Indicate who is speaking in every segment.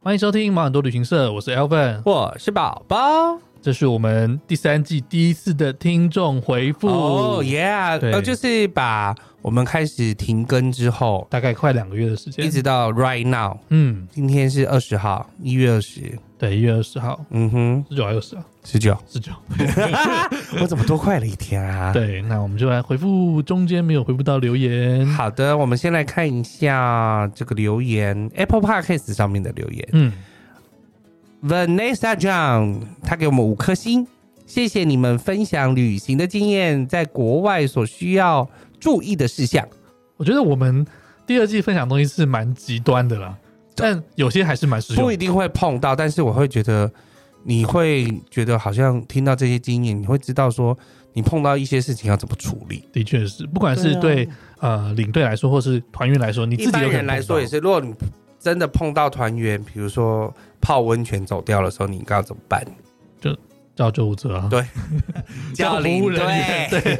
Speaker 1: 欢迎收听毛很多旅行社，我是 Alvin，
Speaker 2: 我是宝宝。
Speaker 1: 这是我们第三季第一次的听众回复，
Speaker 2: 哦耶！
Speaker 1: 对
Speaker 2: 呃，就是把我们开始停更之后，
Speaker 1: 大概快两个月的时间
Speaker 2: 一，直到 right now，
Speaker 1: 嗯，
Speaker 2: 今天是二十号，一月二十，
Speaker 1: 对，一月二十号，
Speaker 2: 嗯哼，
Speaker 1: 十九还有十啊，
Speaker 2: 十九。
Speaker 1: 十 九，
Speaker 2: 我怎么多快了一天 啊？，
Speaker 1: 对，那我们就来回复中间没有回复到留言，
Speaker 2: 好的，我们先来看一下这个留言，Apple Podcast 上面的留言
Speaker 1: 嗯，
Speaker 2: ，Vanessa John，他给我们五颗星，谢谢你们分享旅行的经验，在国外所需要注意的事项。
Speaker 1: 我觉得我们第二季分享的东西是蛮极端的啦，但有些还是蛮实用
Speaker 2: 不一
Speaker 1: 的，
Speaker 2: 定会碰到，但是我会觉得，你会觉得好像听到这些经验，你会知道说你碰到一些事情要怎么处理。
Speaker 1: 的确是，不管是对呃领队来说，或是团员来说，你自
Speaker 2: 啊一
Speaker 1: 己有
Speaker 2: 般
Speaker 1: 可能
Speaker 2: 人来
Speaker 1: 碰
Speaker 2: 说
Speaker 1: 到
Speaker 2: 也，是，如果你真的碰到团员，比如说泡温泉走掉的时候，你应该要怎么办？
Speaker 1: 叫救护车啊，
Speaker 2: 对
Speaker 1: 叫服务人员，
Speaker 2: 对，
Speaker 1: 对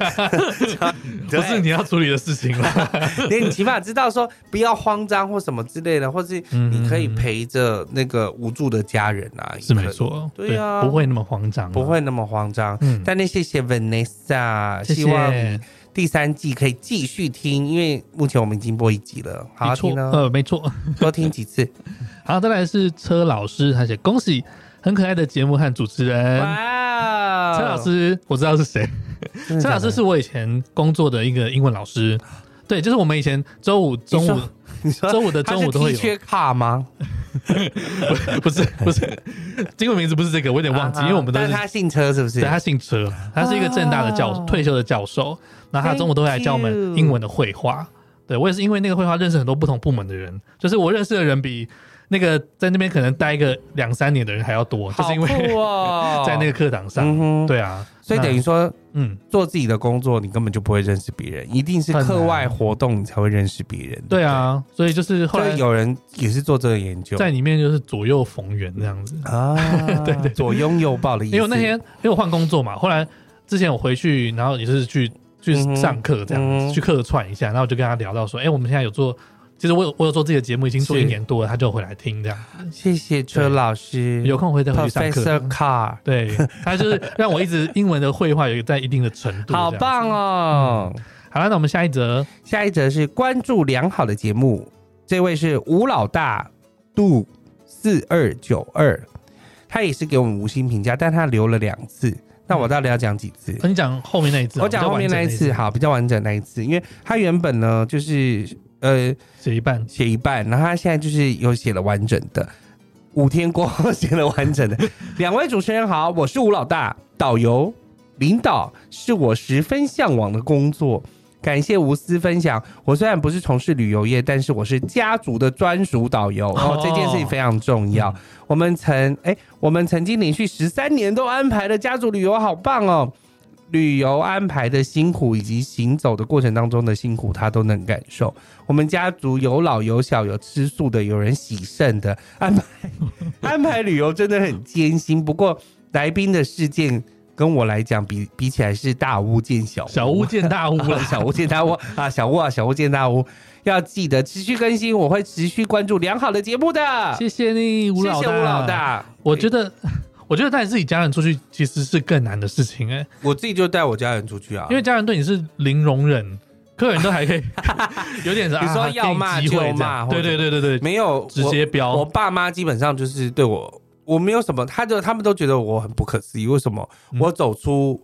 Speaker 1: 啊，不是你要处理的事情啦，
Speaker 2: 你起码知道说不要慌张或什么之类的，或是
Speaker 1: 嗯
Speaker 2: 你可以陪着那个无助的家人啊，
Speaker 1: 是没
Speaker 2: 也可以，
Speaker 1: 错，
Speaker 2: 对啊
Speaker 1: 不会那么慌张啊，
Speaker 2: 不会那么慌张。
Speaker 1: 嗯
Speaker 2: 但那谢谢 Vanessa，啊
Speaker 1: 谢
Speaker 2: 希望你
Speaker 1: 谢。
Speaker 2: 第三季可以继续听，因为目前我们已经播一集了，好
Speaker 1: 没
Speaker 2: 好
Speaker 1: 错
Speaker 2: 听，哦，
Speaker 1: 呃，没错。
Speaker 2: 多听几 次。
Speaker 1: 好，再来是车老师，他写恭喜很可爱的节目和主持人。
Speaker 2: 哇哦
Speaker 1: 车哎老，师，我知道是谁。
Speaker 2: 真的
Speaker 1: 车
Speaker 2: 假的
Speaker 1: 老师是我以前工作的一个英文老师，对，就是我们以前周五中午
Speaker 2: 说你说
Speaker 1: 周五的中午都会
Speaker 2: 他是 T
Speaker 1: 有，
Speaker 2: 缺卡吗？
Speaker 1: 不是不是， 英文名字不是这个，我有点忘记，因为我们都
Speaker 2: 啊但
Speaker 1: 是
Speaker 2: 是他姓车是不是？
Speaker 1: 对他姓车，他是一个正大的教、
Speaker 2: 啊
Speaker 1: 退休的教授，然后他中午都会来教我们
Speaker 2: Thank you
Speaker 1: 英文的绘画。对我也是因为那个绘画认识很多不同部门的人，就是我认识的人比那个在那边可能待个两三年的人还要多，就是因为
Speaker 2: 好酷 哦
Speaker 1: 在那个课堂上。
Speaker 2: 嗯哼，
Speaker 1: 对啊，
Speaker 2: 所以等于说
Speaker 1: 嗯，
Speaker 2: 做自己的工作，你根本就不会认识别人，一定是
Speaker 1: 很难
Speaker 2: 课外活动你才会认识别人。
Speaker 1: 对啊，所以就是后
Speaker 2: 不对，
Speaker 1: 来
Speaker 2: 所以有人也是做这个研究
Speaker 1: 在里面就是左右逢源这样子。
Speaker 2: 啊， 对对，左拥右抱的意思。
Speaker 1: 因为我那天因为我换工作嘛，后来之前我回去，然后也是去去
Speaker 2: 嗯哼
Speaker 1: 上课这样
Speaker 2: 嗯
Speaker 1: 子，
Speaker 2: 哼
Speaker 1: 去客串一下，然后我就跟他聊到说，哎、我们现在有做，其实我有我有做自己的节目，已经做
Speaker 2: 是
Speaker 1: 一年多了，他就回来听这样，
Speaker 2: 谢谢车老师，
Speaker 1: 有空会再回去上课
Speaker 2: Professor。Car。
Speaker 1: 对他 就是让我一直英文的绘画有在一定的程度，
Speaker 2: 好！棒哦！
Speaker 1: 好了，那我们下一则，
Speaker 2: 下一则是关注良好的节目，这位是吴老大杜四二九二，他也是给我们五星评价，但他留了两次，那我到底要讲几次？
Speaker 1: 哦你讲后面那一次，
Speaker 2: 我讲后面那一次，
Speaker 1: 次，
Speaker 2: 嗯好，比较完整那一次，因为他原本呢就是呃
Speaker 1: 写一半，
Speaker 2: 写一半，然后他现在就是有写了完整的。五天过后 写了完整的。两位主持人好，我是吴老大，导游、领导是我十分向往的工作。感谢无私分享。我虽然不是从事旅游业，但是我是家族的专属导游哦
Speaker 1: 哦，
Speaker 2: 这件事情非常重要。我们曾哎，我们曾经连续十三年都安排了家族旅游，好棒哦！旅游安排的辛苦以及行走的过程当中的辛苦，他都能感受。我们家族有老有小，有吃素的，有人洗肾的，安排安排旅游真的很艰辛。不过来宾的事件跟我来讲比比起来是大巫见小
Speaker 1: 小巫见大巫
Speaker 2: 啊
Speaker 1: 了，
Speaker 2: 小巫见大巫啊，小巫啊，小巫见大巫，要记得持续更新，我会持续关注良好的节目的。
Speaker 1: 谢谢你，吴
Speaker 2: 谢
Speaker 1: 老
Speaker 2: 谢吴老，大，哎
Speaker 1: 我觉得。 我觉得带自己家人出去其实是更难的事情哎、
Speaker 2: 我自己就带我家人出去啊，
Speaker 1: 因为家人对你是零容 忍，客人都还可以有点是
Speaker 2: 你说
Speaker 1: 啊
Speaker 2: 要骂
Speaker 1: 给你机会
Speaker 2: 就
Speaker 1: 这样
Speaker 2: 骂
Speaker 1: 对
Speaker 2: 或
Speaker 1: 对
Speaker 2: 者
Speaker 1: 对对对，
Speaker 2: 没有
Speaker 1: 直接飙
Speaker 2: 我。我爸妈基本上就是对我，我没有什么，他就他们都觉得我很不可思议，为什么
Speaker 1: 嗯
Speaker 2: 我走出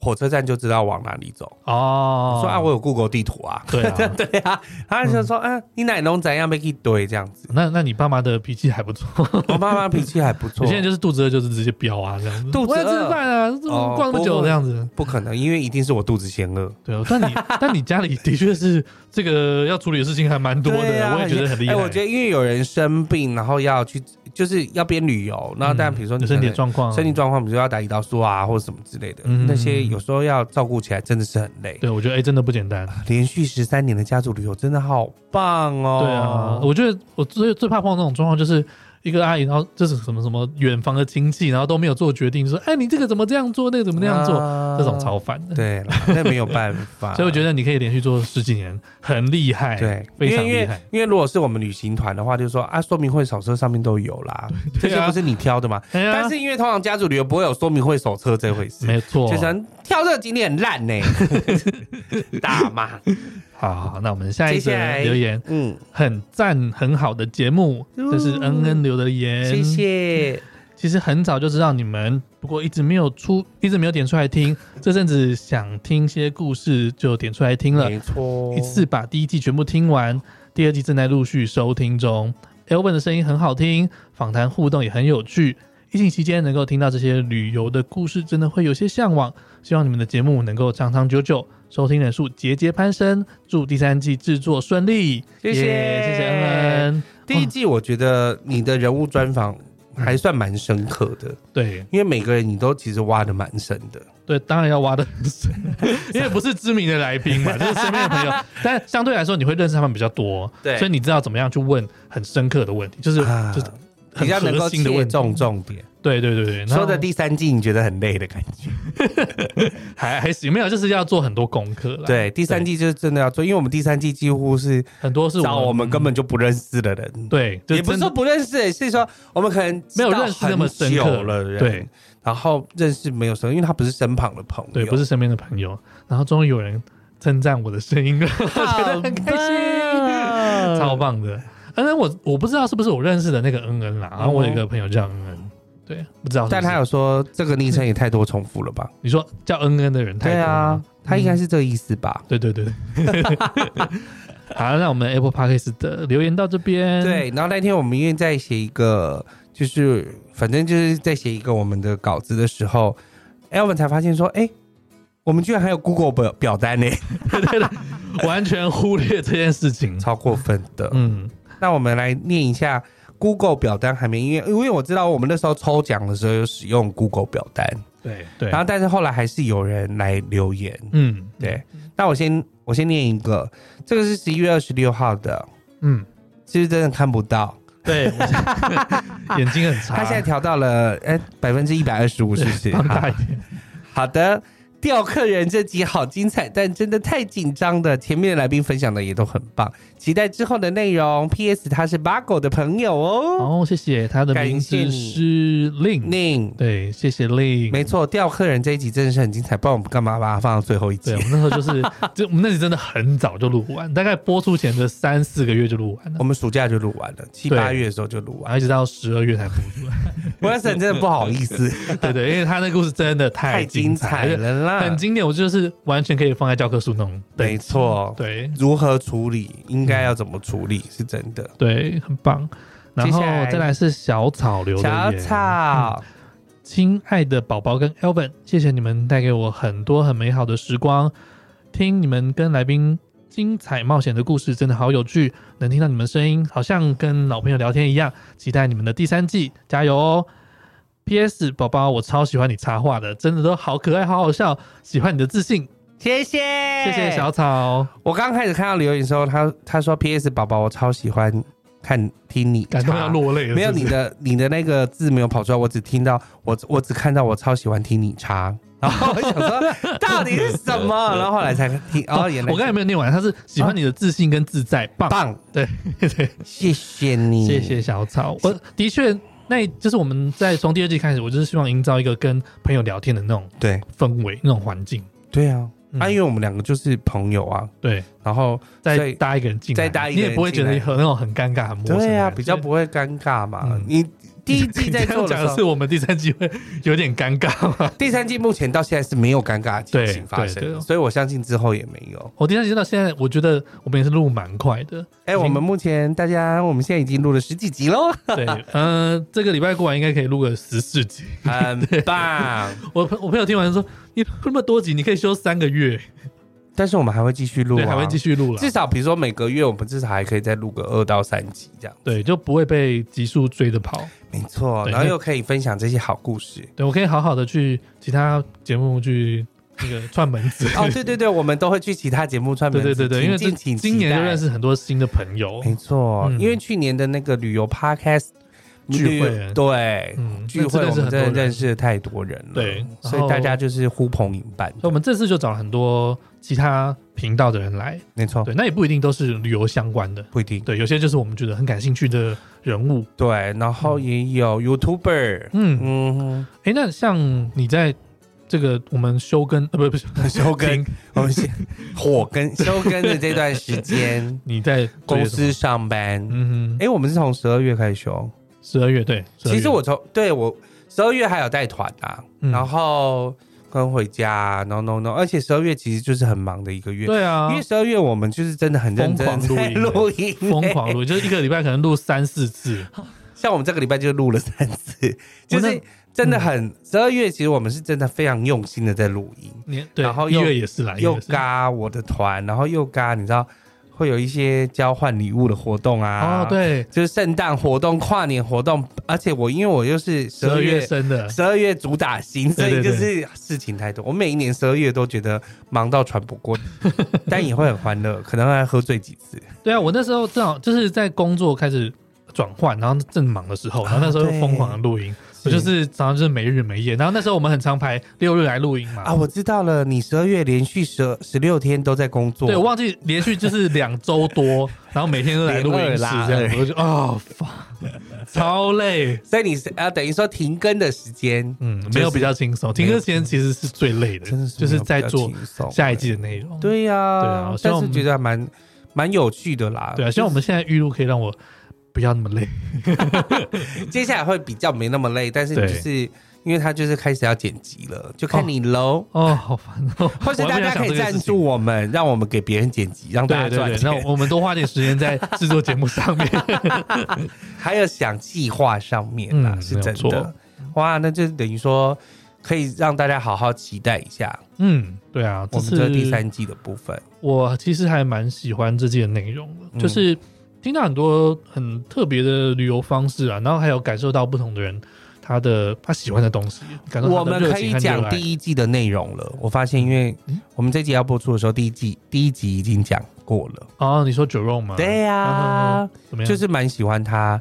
Speaker 2: 火车站就知道往哪里走？
Speaker 1: 哦，
Speaker 2: 说啊，我有 Google 地图啊。
Speaker 1: 对啊，？
Speaker 2: 对啊，他就说，嗯、啊，你奶农怎样被一堆这样子
Speaker 1: 那那你爸妈的脾气还不 错，
Speaker 2: 我爸妈脾气还不错
Speaker 1: 有些，人就是肚子饿就是直接飙啊这样子，
Speaker 2: 肚子
Speaker 1: 我
Speaker 2: 饿
Speaker 1: 要吃饭啊，这么
Speaker 2: 哦
Speaker 1: 逛那么久
Speaker 2: 不会
Speaker 1: 这样子，
Speaker 2: 不可能，因为一定是我肚子先饿。
Speaker 1: 对哦， 但你但你家里的确是这个要处理的事情还蛮多
Speaker 2: 对
Speaker 1: 的，
Speaker 2: 啊
Speaker 1: 我也觉得很厉害，
Speaker 2: 哎我觉得因为有人生病，然后要去，就是要边旅游，然后但
Speaker 1: 嗯
Speaker 2: 比如说你
Speaker 1: 有身体的
Speaker 2: 可能
Speaker 1: 状况，
Speaker 2: 身体状况，比如说要打胰岛素啊，或者什么之类的，
Speaker 1: 嗯
Speaker 2: 那些有时候要照顾起来真的是很累。
Speaker 1: 对我觉得哎真的不简单，
Speaker 2: 连续十三年的家族旅游真的好棒哦！
Speaker 1: 啊对啊，我觉得我最最怕碰到那种状况，就是一个阿姨，然后就是什么什么远房的亲戚，然后都没有做决定，就说哎你这个怎么这样做，那个怎么那样做，
Speaker 2: 啊
Speaker 1: 这种超烦的。
Speaker 2: 对 啦，那没有办法。
Speaker 1: 所以我觉
Speaker 2: 得
Speaker 1: 得你可以连续做十几年，很厉害，
Speaker 2: 对，
Speaker 1: 非常
Speaker 2: 因为
Speaker 1: 厉
Speaker 2: 因为
Speaker 1: 害。
Speaker 2: 因为如果是我们旅行团的话，就说啊，说明会手册上面都有啦，这
Speaker 1: 对
Speaker 2: 些
Speaker 1: 啊
Speaker 2: 不是你挑的嘛。
Speaker 1: 哎呀
Speaker 2: 但是因为通常家族旅游不会有说明会手册这回事，
Speaker 1: 没错，
Speaker 2: 就是挑这个景点很 烂呢，大骂。
Speaker 1: 好好，好那我们下一
Speaker 2: 接
Speaker 1: 则
Speaker 2: 下来
Speaker 1: 留言
Speaker 2: 嗯，
Speaker 1: 很赞很好的节目，
Speaker 2: 嗯
Speaker 1: 这是恩恩留的言，
Speaker 2: 谢。谢。
Speaker 1: 其实很早就知道你们，不过一直没有出，一直没有点出来听。这阵子想听些故事，就点出来听了，
Speaker 2: 没错，
Speaker 1: 一次把第一季全部听完，第二季正在陆续收听中。Elvin 的声音很好听，访谈互动也很有趣。疫情期间能够听到这些旅游的故事，真的会有些向往。希望你们的节目能够长长久久，收听人数节节攀升。祝第三季制作顺利，
Speaker 2: 谢谢
Speaker 1: 耶谢谢恩恩。
Speaker 2: 第一季，我觉得你的人物专访还算蛮深刻的，
Speaker 1: 对
Speaker 2: 因为每个人你都其实挖的蛮深的。
Speaker 1: 对，当然要挖的很 深，因为不是知名的来宾嘛，就是身边的朋友。但相对来说，你会认识他们比较多，
Speaker 2: 对
Speaker 1: 所以你知道怎么样去问很深刻的问题，就是、
Speaker 2: 啊
Speaker 1: 就是
Speaker 2: 比较能
Speaker 1: 很
Speaker 2: 够
Speaker 1: 核心的
Speaker 2: 切
Speaker 1: 问题。
Speaker 2: 中重点。
Speaker 1: 对对对对，然后
Speaker 2: 说的第三季你觉得很累的感觉，
Speaker 1: 还还行，没有，就是要做很多功课啦。
Speaker 2: 对，第三季就是真的要做，因为我们第三季几乎是
Speaker 1: 很多是
Speaker 2: 找我们根本就不认识的人，
Speaker 1: 对，嗯就
Speaker 2: 也不是
Speaker 1: 真
Speaker 2: 说不认识，是说我们可能
Speaker 1: 没有认识那么深
Speaker 2: 知道很久
Speaker 1: 刻
Speaker 2: 了的人，
Speaker 1: 对，
Speaker 2: 然后认识没有深，因为他不是身旁的朋友，
Speaker 1: 对，不是身边的朋友。然后终于有人称赞我的声音了，
Speaker 2: 我觉得很开心，
Speaker 1: 超棒的。恩恩，我我不知道是不是我认识的那个恩恩啦，然后我有一个朋友叫恩恩，对，不知道是不
Speaker 2: 哦但
Speaker 1: 是。
Speaker 2: 他有说这个昵称也太多重复了吧？
Speaker 1: 你说叫恩恩的人太
Speaker 2: 对
Speaker 1: 多了
Speaker 2: 啊，，他应该是这个意思吧？
Speaker 1: 对对对对。 好，那我们 Apple Podcast 的留言到这边，，
Speaker 2: 对，然后那天我们因为在写一个，就是反正就是在写一个我们的稿子的时候，Elvin 才发现说，哎、我们居然还有 Google 表表单呢，
Speaker 1: 嗯对的，完全忽略这件事情。
Speaker 2: 超过分的。
Speaker 1: 嗯，
Speaker 2: 那我们来念一下 Google 表单还没，因为因为我知道我们那时候抽奖的时候有使用 Google 表单，
Speaker 1: 对对，
Speaker 2: 然后但是后来还是有人来留言。
Speaker 1: 嗯
Speaker 2: 对，那我先我先念一个，这个是十一月二十六号的，
Speaker 1: 嗯，
Speaker 2: 其实真的看不到，
Speaker 1: 对，我现在 眼睛很差，
Speaker 2: 他现在调到了哎百分之一百二十五，是不是？
Speaker 1: 啊 放大
Speaker 2: 好
Speaker 1: 一点，
Speaker 2: 好的，钓客人这集好精彩，但真的太紧张了。前面的来宾分享的也都很棒，期待之后的内容。P.S. 他是八狗的朋友哦，
Speaker 1: 好，谢谢，他的名
Speaker 2: 感
Speaker 1: 字
Speaker 2: 谢你
Speaker 1: 是令，
Speaker 2: 宁、
Speaker 1: 对，谢谢令，
Speaker 2: 没错，钓客人这一集真的是很精彩，不然我们干嘛把它放到最后一集
Speaker 1: 对，啊我？们那时候 就是，就我们那集真的很早就录完，大概播出前的三四个月就录完了
Speaker 2: 我，们暑假就录完了，七
Speaker 1: 对
Speaker 2: 八月的时候就录
Speaker 1: 然
Speaker 2: 完。
Speaker 1: 后一直到十二月才播出来。
Speaker 2: 我那时候真的不好意 思，
Speaker 1: 对对，因为他那故事真的太
Speaker 2: 太精彩
Speaker 1: 彩了，
Speaker 2: 了啦，
Speaker 1: 很经典，我就是完全可以放在教科书那种。
Speaker 2: 没，错，
Speaker 1: 对
Speaker 2: 如何处理，应该要怎么处理，是真的。
Speaker 1: 对，很棒。然
Speaker 2: 接
Speaker 1: 后
Speaker 2: 下来
Speaker 1: 再来是小草留的嗯
Speaker 2: 小
Speaker 1: 言，
Speaker 2: 草，
Speaker 1: 亲爱的宝宝跟 Elvin，谢谢你们带给我很多很美好的时光。听你们跟来宾精彩冒险的故事，真的好有趣。能听到你们声音，好像跟老朋友聊天一样。期待你们的第三季，加油哦！P.S. 宝宝，我超喜欢你插画的，真的都好可爱，好好笑，喜欢你的自信。
Speaker 2: 谢谢，
Speaker 1: 谢谢小草，
Speaker 2: 我刚开始看到留言的时候，他他说 P.S. 宝宝，我超喜欢看听你
Speaker 1: 感动
Speaker 2: 插
Speaker 1: 要落泪了。
Speaker 2: 没有
Speaker 1: 是不
Speaker 2: 你
Speaker 1: 是，
Speaker 2: 的你的那个字没有跑出来，我只听到我我只看到我超喜欢听你 插，然后我想说到底是什么，然后后来才听哦，原来
Speaker 1: 我刚才没有念完，他是喜欢你的自信跟自在，棒。
Speaker 2: 啊棒，
Speaker 1: 对对，
Speaker 2: 谢谢你，
Speaker 1: 谢谢小草，我的确。那就是我们在从第二季开始，我就是希望营造一个跟朋友聊天的那种
Speaker 2: 对
Speaker 1: 氛围、那种环境。
Speaker 2: 对啊，
Speaker 1: 嗯
Speaker 2: 啊，因为我们两个就是朋友啊，
Speaker 1: 对，
Speaker 2: 然后所
Speaker 1: 再
Speaker 2: 以
Speaker 1: 搭一个人进来，
Speaker 2: 再搭一个
Speaker 1: 你
Speaker 2: 人
Speaker 1: 也不会觉得
Speaker 2: 进来
Speaker 1: 很那种很尴尬、很陌生的感觉。
Speaker 2: 对啊，比较不会尴尬嘛
Speaker 1: 嗯。
Speaker 2: 你第一季在
Speaker 1: 你这样
Speaker 2: 做的
Speaker 1: 讲
Speaker 2: 时
Speaker 1: 的是
Speaker 2: 候，
Speaker 1: 我们第三季会有点尴尬吗？
Speaker 2: 第三季目前到现在是没有尴尬的情
Speaker 1: 对
Speaker 2: 形发
Speaker 1: 对哦对
Speaker 2: 生，所以我相信之后也没有。
Speaker 1: 我第三季到现在，我觉得我们也是录蛮快 的。
Speaker 2: 哎，我们目前大家，我们现在已经录了十几集 喽，
Speaker 1: 对，嗯，这个礼拜过完应该可以录个十四集。
Speaker 2: 很棒。
Speaker 1: 我朋我朋友听完说，你录那么多集，你可以休三个月，
Speaker 2: 但是我们还会继续录
Speaker 1: 对，
Speaker 2: 啊，
Speaker 1: 还会继
Speaker 2: 续。
Speaker 1: 续录了
Speaker 2: 至。少比如说每个月，我们至少还可以再录个二到三集这样。
Speaker 1: 对，就不会被集数追着跑。
Speaker 2: 没错，
Speaker 1: 对
Speaker 2: 然后又可以分享这些好故事。
Speaker 1: 对我可以好好的去其他节目去那个串门子。
Speaker 2: 哦，对对对，我们都会去其他节目串门
Speaker 1: 对对
Speaker 2: 子。
Speaker 1: 对对，因为
Speaker 2: 请
Speaker 1: 这
Speaker 2: 敬请期
Speaker 1: 今年就
Speaker 2: 待
Speaker 1: 认识很多新的朋友。
Speaker 2: 没错，
Speaker 1: 嗯
Speaker 2: 因为去年的那个旅游 podcast
Speaker 1: 聚会
Speaker 2: 旅对，
Speaker 1: 嗯，
Speaker 2: 聚
Speaker 1: 那真
Speaker 2: 会
Speaker 1: 的
Speaker 2: 我
Speaker 1: 是很
Speaker 2: 们
Speaker 1: 多
Speaker 2: 真的
Speaker 1: 人
Speaker 2: 认识太多人了，
Speaker 1: 对
Speaker 2: 所
Speaker 1: 然后
Speaker 2: 以大家就是呼朋引伴
Speaker 1: 所以，我们这次就找了很多其他频道的人来，
Speaker 2: 没错，
Speaker 1: 对，那也不一定都是旅游相关的，
Speaker 2: 不一定
Speaker 1: 对，有些就是我们觉得很感兴趣的人物。
Speaker 2: 对，然后也有 YouTuber，
Speaker 1: 嗯，
Speaker 2: 嗯，
Speaker 1: 诶，那像你在这个我们休更呃，不不是
Speaker 2: 休耕
Speaker 1: 停，，
Speaker 2: 我们先火耕休耕的这段时间
Speaker 1: 你在
Speaker 2: 公
Speaker 1: 做些
Speaker 2: 司
Speaker 1: 什么，
Speaker 2: 上班，
Speaker 1: 嗯哼，
Speaker 2: 哎，我们是从十二月开始休，
Speaker 1: 十二月对，12
Speaker 2: 其实
Speaker 1: 月
Speaker 2: 我从对我十二月还有带团啊，
Speaker 1: 嗯啊
Speaker 2: 然后跟回家，no no no，而且十二月其实就是很忙的一个月，
Speaker 1: 对啊
Speaker 2: 因，为十二月我们就是真的很认真
Speaker 1: 疯狂录
Speaker 2: 在
Speaker 1: 音
Speaker 2: 录音，
Speaker 1: 疯狂录，就是一个礼拜可能录三四次，
Speaker 2: 哦像我们这个礼拜就录了三次，就
Speaker 1: 那
Speaker 2: 是真的很十二月，其实我们是真的非常用心的在录音，
Speaker 1: 你对，
Speaker 2: 然后
Speaker 1: 一
Speaker 2: 又
Speaker 1: 月也是来，
Speaker 2: 又
Speaker 1: 嘎
Speaker 2: 嘎我的团，然后又嘎，你知道会有一些交换礼物的活动啊，
Speaker 1: 哦，，对，
Speaker 2: 就是圣诞活动、跨年活动，而且我因为我又是十
Speaker 1: 十
Speaker 2: 二
Speaker 1: 二
Speaker 2: 月
Speaker 1: 月生的，
Speaker 2: 十二月主打新，所以
Speaker 1: 对对对
Speaker 2: 就是事情太多。我每一年十二月都觉得忙到喘不过气， 但也会很欢乐，可能还喝醉几次。
Speaker 1: 对啊，我那时候正好就是在工作开始转换，然后正忙的时候，然后那时候
Speaker 2: 啊
Speaker 1: 又疯狂的录音，我就是常常就是没日没夜。然后那时候我们很常排六日来录音嘛，
Speaker 2: 啊，我知道了，你十二月连续十十六天都在工作，
Speaker 1: 对我忘记连续就是两周多，然后每天都来录音室这
Speaker 2: 连二
Speaker 1: 样
Speaker 2: 拉二
Speaker 1: 子，我就哦 fuck，超累。
Speaker 2: 所以你是啊，等于说停更的时间，
Speaker 1: 嗯
Speaker 2: 就，是
Speaker 1: 没有比较轻松，停
Speaker 2: 没有
Speaker 1: 课前其实是最累的，
Speaker 2: 真的是
Speaker 1: 就是在做
Speaker 2: 比较轻松
Speaker 1: 下一季的内容。
Speaker 2: 对呀、
Speaker 1: 对啊希望
Speaker 2: 但
Speaker 1: 我
Speaker 2: 是
Speaker 1: 们
Speaker 2: 觉得还蛮蛮有趣的啦。
Speaker 1: 对啊，希望我们现在预录可以让我不要那么累。
Speaker 2: 接下来会比较没那么累，但是
Speaker 1: 对
Speaker 2: 就是因为他就是开始要剪辑了，就看你喽。
Speaker 1: 哦，好烦哦！
Speaker 2: 或是
Speaker 1: 我还
Speaker 2: 大
Speaker 1: 没有
Speaker 2: 家
Speaker 1: 想
Speaker 2: 可以
Speaker 1: 这个事
Speaker 2: 赞
Speaker 1: 情
Speaker 2: 助我们，让我们给别人剪辑，让大
Speaker 1: 对
Speaker 2: 家
Speaker 1: 对对，
Speaker 2: 赚钱。
Speaker 1: 那我们多花点时间在制作节目上面。
Speaker 2: 还有想计划上面啦，
Speaker 1: 嗯
Speaker 2: 是
Speaker 1: 没有
Speaker 2: 真
Speaker 1: 错
Speaker 2: 的。哇，那就等于说可以让大家好好期待一下
Speaker 1: 嗯，对啊，
Speaker 2: 我
Speaker 1: 这
Speaker 2: 们
Speaker 1: 是
Speaker 2: 这第三季的部分。
Speaker 1: 我其实还蛮喜欢这季的内容的，
Speaker 2: 嗯
Speaker 1: 就是听到很多很特别的旅游方式啊，然后还有感受到不同的人他的他喜欢的东西，感受到
Speaker 2: 我
Speaker 1: 他的
Speaker 2: 们
Speaker 1: 热
Speaker 2: 可
Speaker 1: 情
Speaker 2: 以
Speaker 1: 和嗯热
Speaker 2: 讲
Speaker 1: 爱。
Speaker 2: 第一季的内容了。我发现，因为我们这集要播出的时候，第一季第一集已经讲过了。
Speaker 1: 哦，你说 Jerome 吗？
Speaker 2: 对呀、
Speaker 1: 啊怎么样？
Speaker 2: 就是蛮喜欢他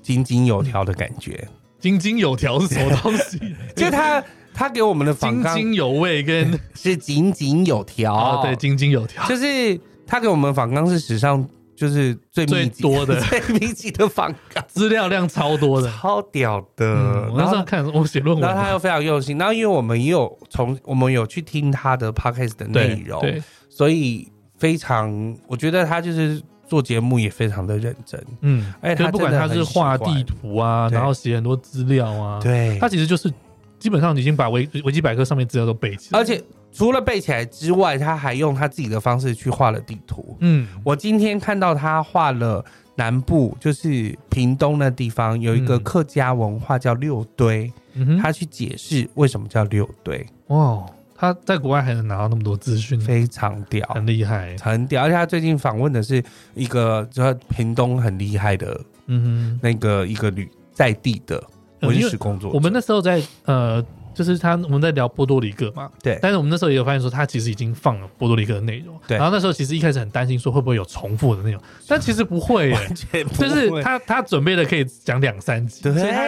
Speaker 2: 井井有条的感觉，
Speaker 1: 井井有条是什么东西？
Speaker 2: 就他他给我们的 反
Speaker 1: 津
Speaker 2: 纲
Speaker 1: 津有味 跟
Speaker 2: 是井井有条，
Speaker 1: 哦，对，津津有条，
Speaker 2: 就是他给我们反纲是史上就是最密
Speaker 1: 最
Speaker 2: 集
Speaker 1: 多的
Speaker 2: 最密集的反纲，
Speaker 1: 资料量超多的。
Speaker 2: 超屌的
Speaker 1: 嗯，。我
Speaker 2: 然
Speaker 1: 那时候
Speaker 2: 后
Speaker 1: 看我写论文
Speaker 2: 然后
Speaker 1: 嘛，
Speaker 2: 他又非常用心，然后因为我们也有从我们有去听他的 podcast 的
Speaker 1: 对
Speaker 2: 内容，
Speaker 1: 对，
Speaker 2: 所以非常我觉得他就是做节目也非常的认真，
Speaker 1: 嗯，
Speaker 2: 哎
Speaker 1: 就
Speaker 2: 他
Speaker 1: 不管
Speaker 2: 真
Speaker 1: 他
Speaker 2: 的
Speaker 1: 是
Speaker 2: 很
Speaker 1: 画
Speaker 2: 喜欢
Speaker 1: 地图啊，
Speaker 2: 对
Speaker 1: 然后写很多资料啊，
Speaker 2: 对
Speaker 1: 他其实就是基本上已经把维维基百科上面资料都背起来，
Speaker 2: 而且除了背起来之外，他还用他自己的方式去画了地图。
Speaker 1: 嗯，
Speaker 2: 我今天看到他画了南部，就是屏东那地方有一个
Speaker 1: 嗯
Speaker 2: 客家文化叫六堆，
Speaker 1: 嗯哼，
Speaker 2: 他去解释为什么叫六堆，
Speaker 1: 哇，哦他在国外还能拿到那么多资讯，
Speaker 2: 非常屌，
Speaker 1: 很厉害，
Speaker 2: 很屌。而且他最近访问的是一个就是屏东很厉害的
Speaker 1: 嗯
Speaker 2: 那个一个旅在地的
Speaker 1: 嗯
Speaker 2: 文
Speaker 1: 因为
Speaker 2: 史工作
Speaker 1: 哼，
Speaker 2: 者。
Speaker 1: 我们那时候在呃，就是他我们在聊波多黎各嘛，
Speaker 2: 对
Speaker 1: 但是我们那时候也有发现说，他其实已经放了波多黎各的内容，
Speaker 2: 对
Speaker 1: 然后那时候其实一开始很担心说会不会有重复的内容，但其实不会耶，
Speaker 2: 完全不
Speaker 1: 就
Speaker 2: 会
Speaker 1: 是他他准备的可以讲两三集，所以他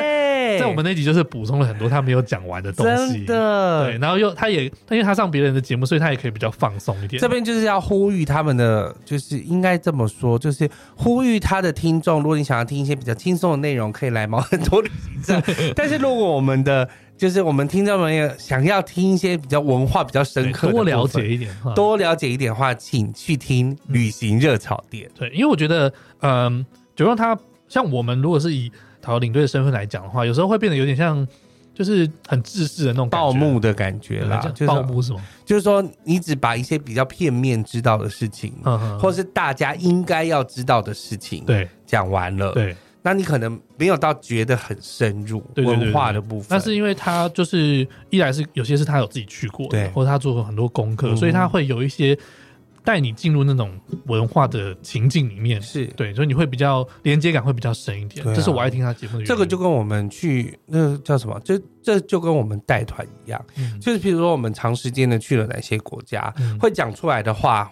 Speaker 2: 对，
Speaker 1: 在我们那集就是补充了很多他没有讲完的东西
Speaker 2: 哎真。的
Speaker 1: 对，然后又他也，因为他上别人的节目，所以他也可以比较放松一点。
Speaker 2: 这边就是要呼吁他们的，就是应该这么说，就是呼吁他的听众，如果你想要听一些比较轻松的内容，可以来毛很多旅 行社。但是如果我们的就是我们听众们也想要听一些比较文化、比较深
Speaker 1: 对
Speaker 2: 刻的
Speaker 1: 多了
Speaker 2: 部分
Speaker 1: 解、一点哈。
Speaker 2: 多了解一点的话，请去听旅行热炒店。
Speaker 1: 对，因为我觉得，嗯，就让他像我们如果是以讨领队的身份来讲的话，有时候会变得有点像，就是很自私的那种感觉
Speaker 2: 报幕的感觉
Speaker 1: 对
Speaker 2: 啦，
Speaker 1: 这
Speaker 2: 就是
Speaker 1: 报幕是吗？
Speaker 2: 就是说，你只把一些比较片面知道的事情，
Speaker 1: 嗯嗯，
Speaker 2: 或是大家应该要知道的事情，
Speaker 1: 对
Speaker 2: 讲完了，
Speaker 1: 对，
Speaker 2: 那你可能没有到觉得很深入
Speaker 1: 对对对
Speaker 2: 文化的部分，
Speaker 1: 但是因为他就是一来是有些是他有自己去过的
Speaker 2: 对，
Speaker 1: 或者他做过很多功课，
Speaker 2: 嗯
Speaker 1: 所以他会有一些带你进入那种文化的情境里面。
Speaker 2: 是
Speaker 1: 对，所以你会比较连接感会比较深一点，
Speaker 2: 对啊
Speaker 1: 这是我爱听他节目的原因。
Speaker 2: 这个就跟我们去那叫什么，就这就跟我们带团一样，
Speaker 1: 嗯
Speaker 2: 就是譬如说我们长时间的去了哪些国家，
Speaker 1: 嗯
Speaker 2: 会讲出来的话，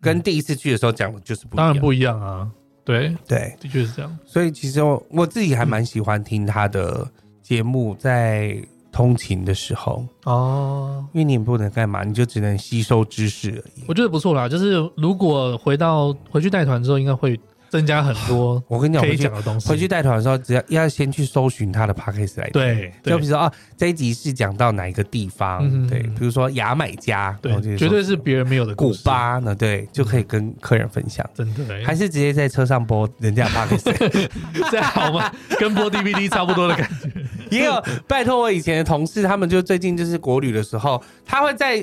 Speaker 2: 跟第一次去的时候讲的就是不一
Speaker 1: 当
Speaker 2: 样。
Speaker 1: 然不一样啊，对，
Speaker 2: 对，
Speaker 1: 的确是这样。
Speaker 2: 所以其实我我自己还蛮喜欢听他的节目，在通勤的时候，
Speaker 1: 哦，
Speaker 2: 因为你也不能干嘛，你就只能吸收知识而已。
Speaker 1: 我觉得不错啦。就是如果回到回去带团之后，应该会增加很多
Speaker 2: 我跟你讲，
Speaker 1: 可
Speaker 2: 回
Speaker 1: 以
Speaker 2: 去
Speaker 1: 讲的东西。
Speaker 2: 回去带团的时候，只要要先去搜寻他的 podcast 来听。
Speaker 1: 对
Speaker 2: 就
Speaker 1: 对
Speaker 2: 比如说啊，这一集是讲到哪一个地方？
Speaker 1: 嗯
Speaker 2: 对，
Speaker 1: 嗯
Speaker 2: 比如说牙买加，然后就
Speaker 1: 对，绝对是别人没有的故
Speaker 2: 古
Speaker 1: 事，
Speaker 2: 巴呢，对，就可以跟客人分享。
Speaker 1: 真的欸
Speaker 2: 还是直接在车上播人 家的 podcast，
Speaker 1: 这样好吗？跟播 DVD 差不多的感觉。
Speaker 2: 也有拜托我以前的同事，他们就最近就是国旅的时候，他会在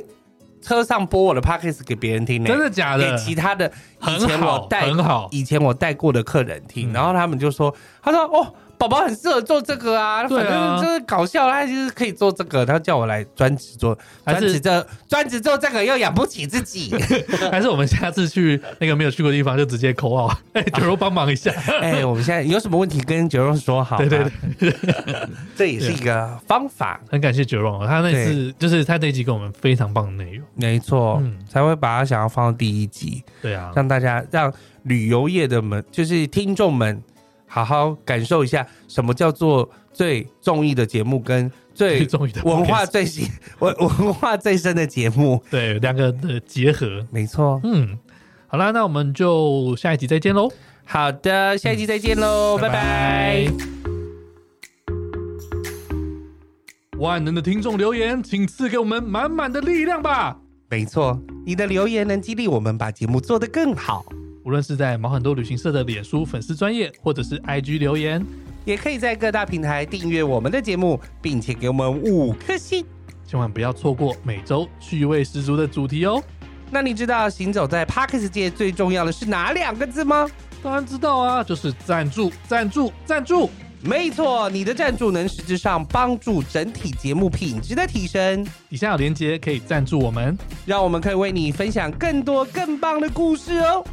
Speaker 2: 车上播我的 podcast 给别人听呢、
Speaker 1: 真的假的
Speaker 2: 给？其他的以
Speaker 1: 很
Speaker 2: 前我
Speaker 1: 好，
Speaker 2: 带
Speaker 1: 很好。
Speaker 2: 以前我带过的客人听，
Speaker 1: 嗯
Speaker 2: 然后他们就说，他说哦，宝宝很适合做这个啊，
Speaker 1: 对
Speaker 2: 反
Speaker 1: 啊
Speaker 2: 正就是搞笑，他就是可以做这个，他叫我来专职做，
Speaker 1: 还
Speaker 2: 专
Speaker 1: 是
Speaker 2: 职这专职做这个又养不起自己，
Speaker 1: 还是我们下次去那个没有去过的地方，就直接口号， 哎，九肉帮忙一下。
Speaker 2: 哎，我们现在有什么问题跟九肉说好，
Speaker 1: 对对对，
Speaker 2: 这也是一个方法，
Speaker 1: 很感谢九肉，他那次就是他那一集给我们非常棒的内容。
Speaker 2: 没错，
Speaker 1: 嗯
Speaker 2: 才会把它想要放到第一集，
Speaker 1: 对啊，
Speaker 2: 让大家让旅游业的们，就是听众们，好好感受一下什么叫做最综艺的节目跟最
Speaker 1: 终于的
Speaker 2: 文化最新、文文化最深的节目。
Speaker 1: 对两个的结合。
Speaker 2: 没错，
Speaker 1: 嗯，好啦，那我们就下一集再见喽，
Speaker 2: 好的，下一集再见喽，哦拜拜。。
Speaker 1: 万能的听众留言，请赐给我们满满的力量吧！
Speaker 2: 没错，你的留言能激励我们把节目做得更好，
Speaker 1: 无论是在毛很多旅行社的脸书粉丝专业，或者是 IG 留言，
Speaker 2: 也可以在各大平台订阅我们的节目，并且给我们五颗星。
Speaker 1: 千万不要错过每周趣味十足的主题哦。
Speaker 2: 那你知道行走在 Parkes 界最重要的是哪两个字吗？
Speaker 1: 当然知道啊，就是赞助、赞助、赞助。
Speaker 2: 没错，你的赞助能实质上帮助整体节目品质的提升，
Speaker 1: 底下有链接可以赞助我们。
Speaker 2: 让我们可以为你分享更多更棒的故事哦。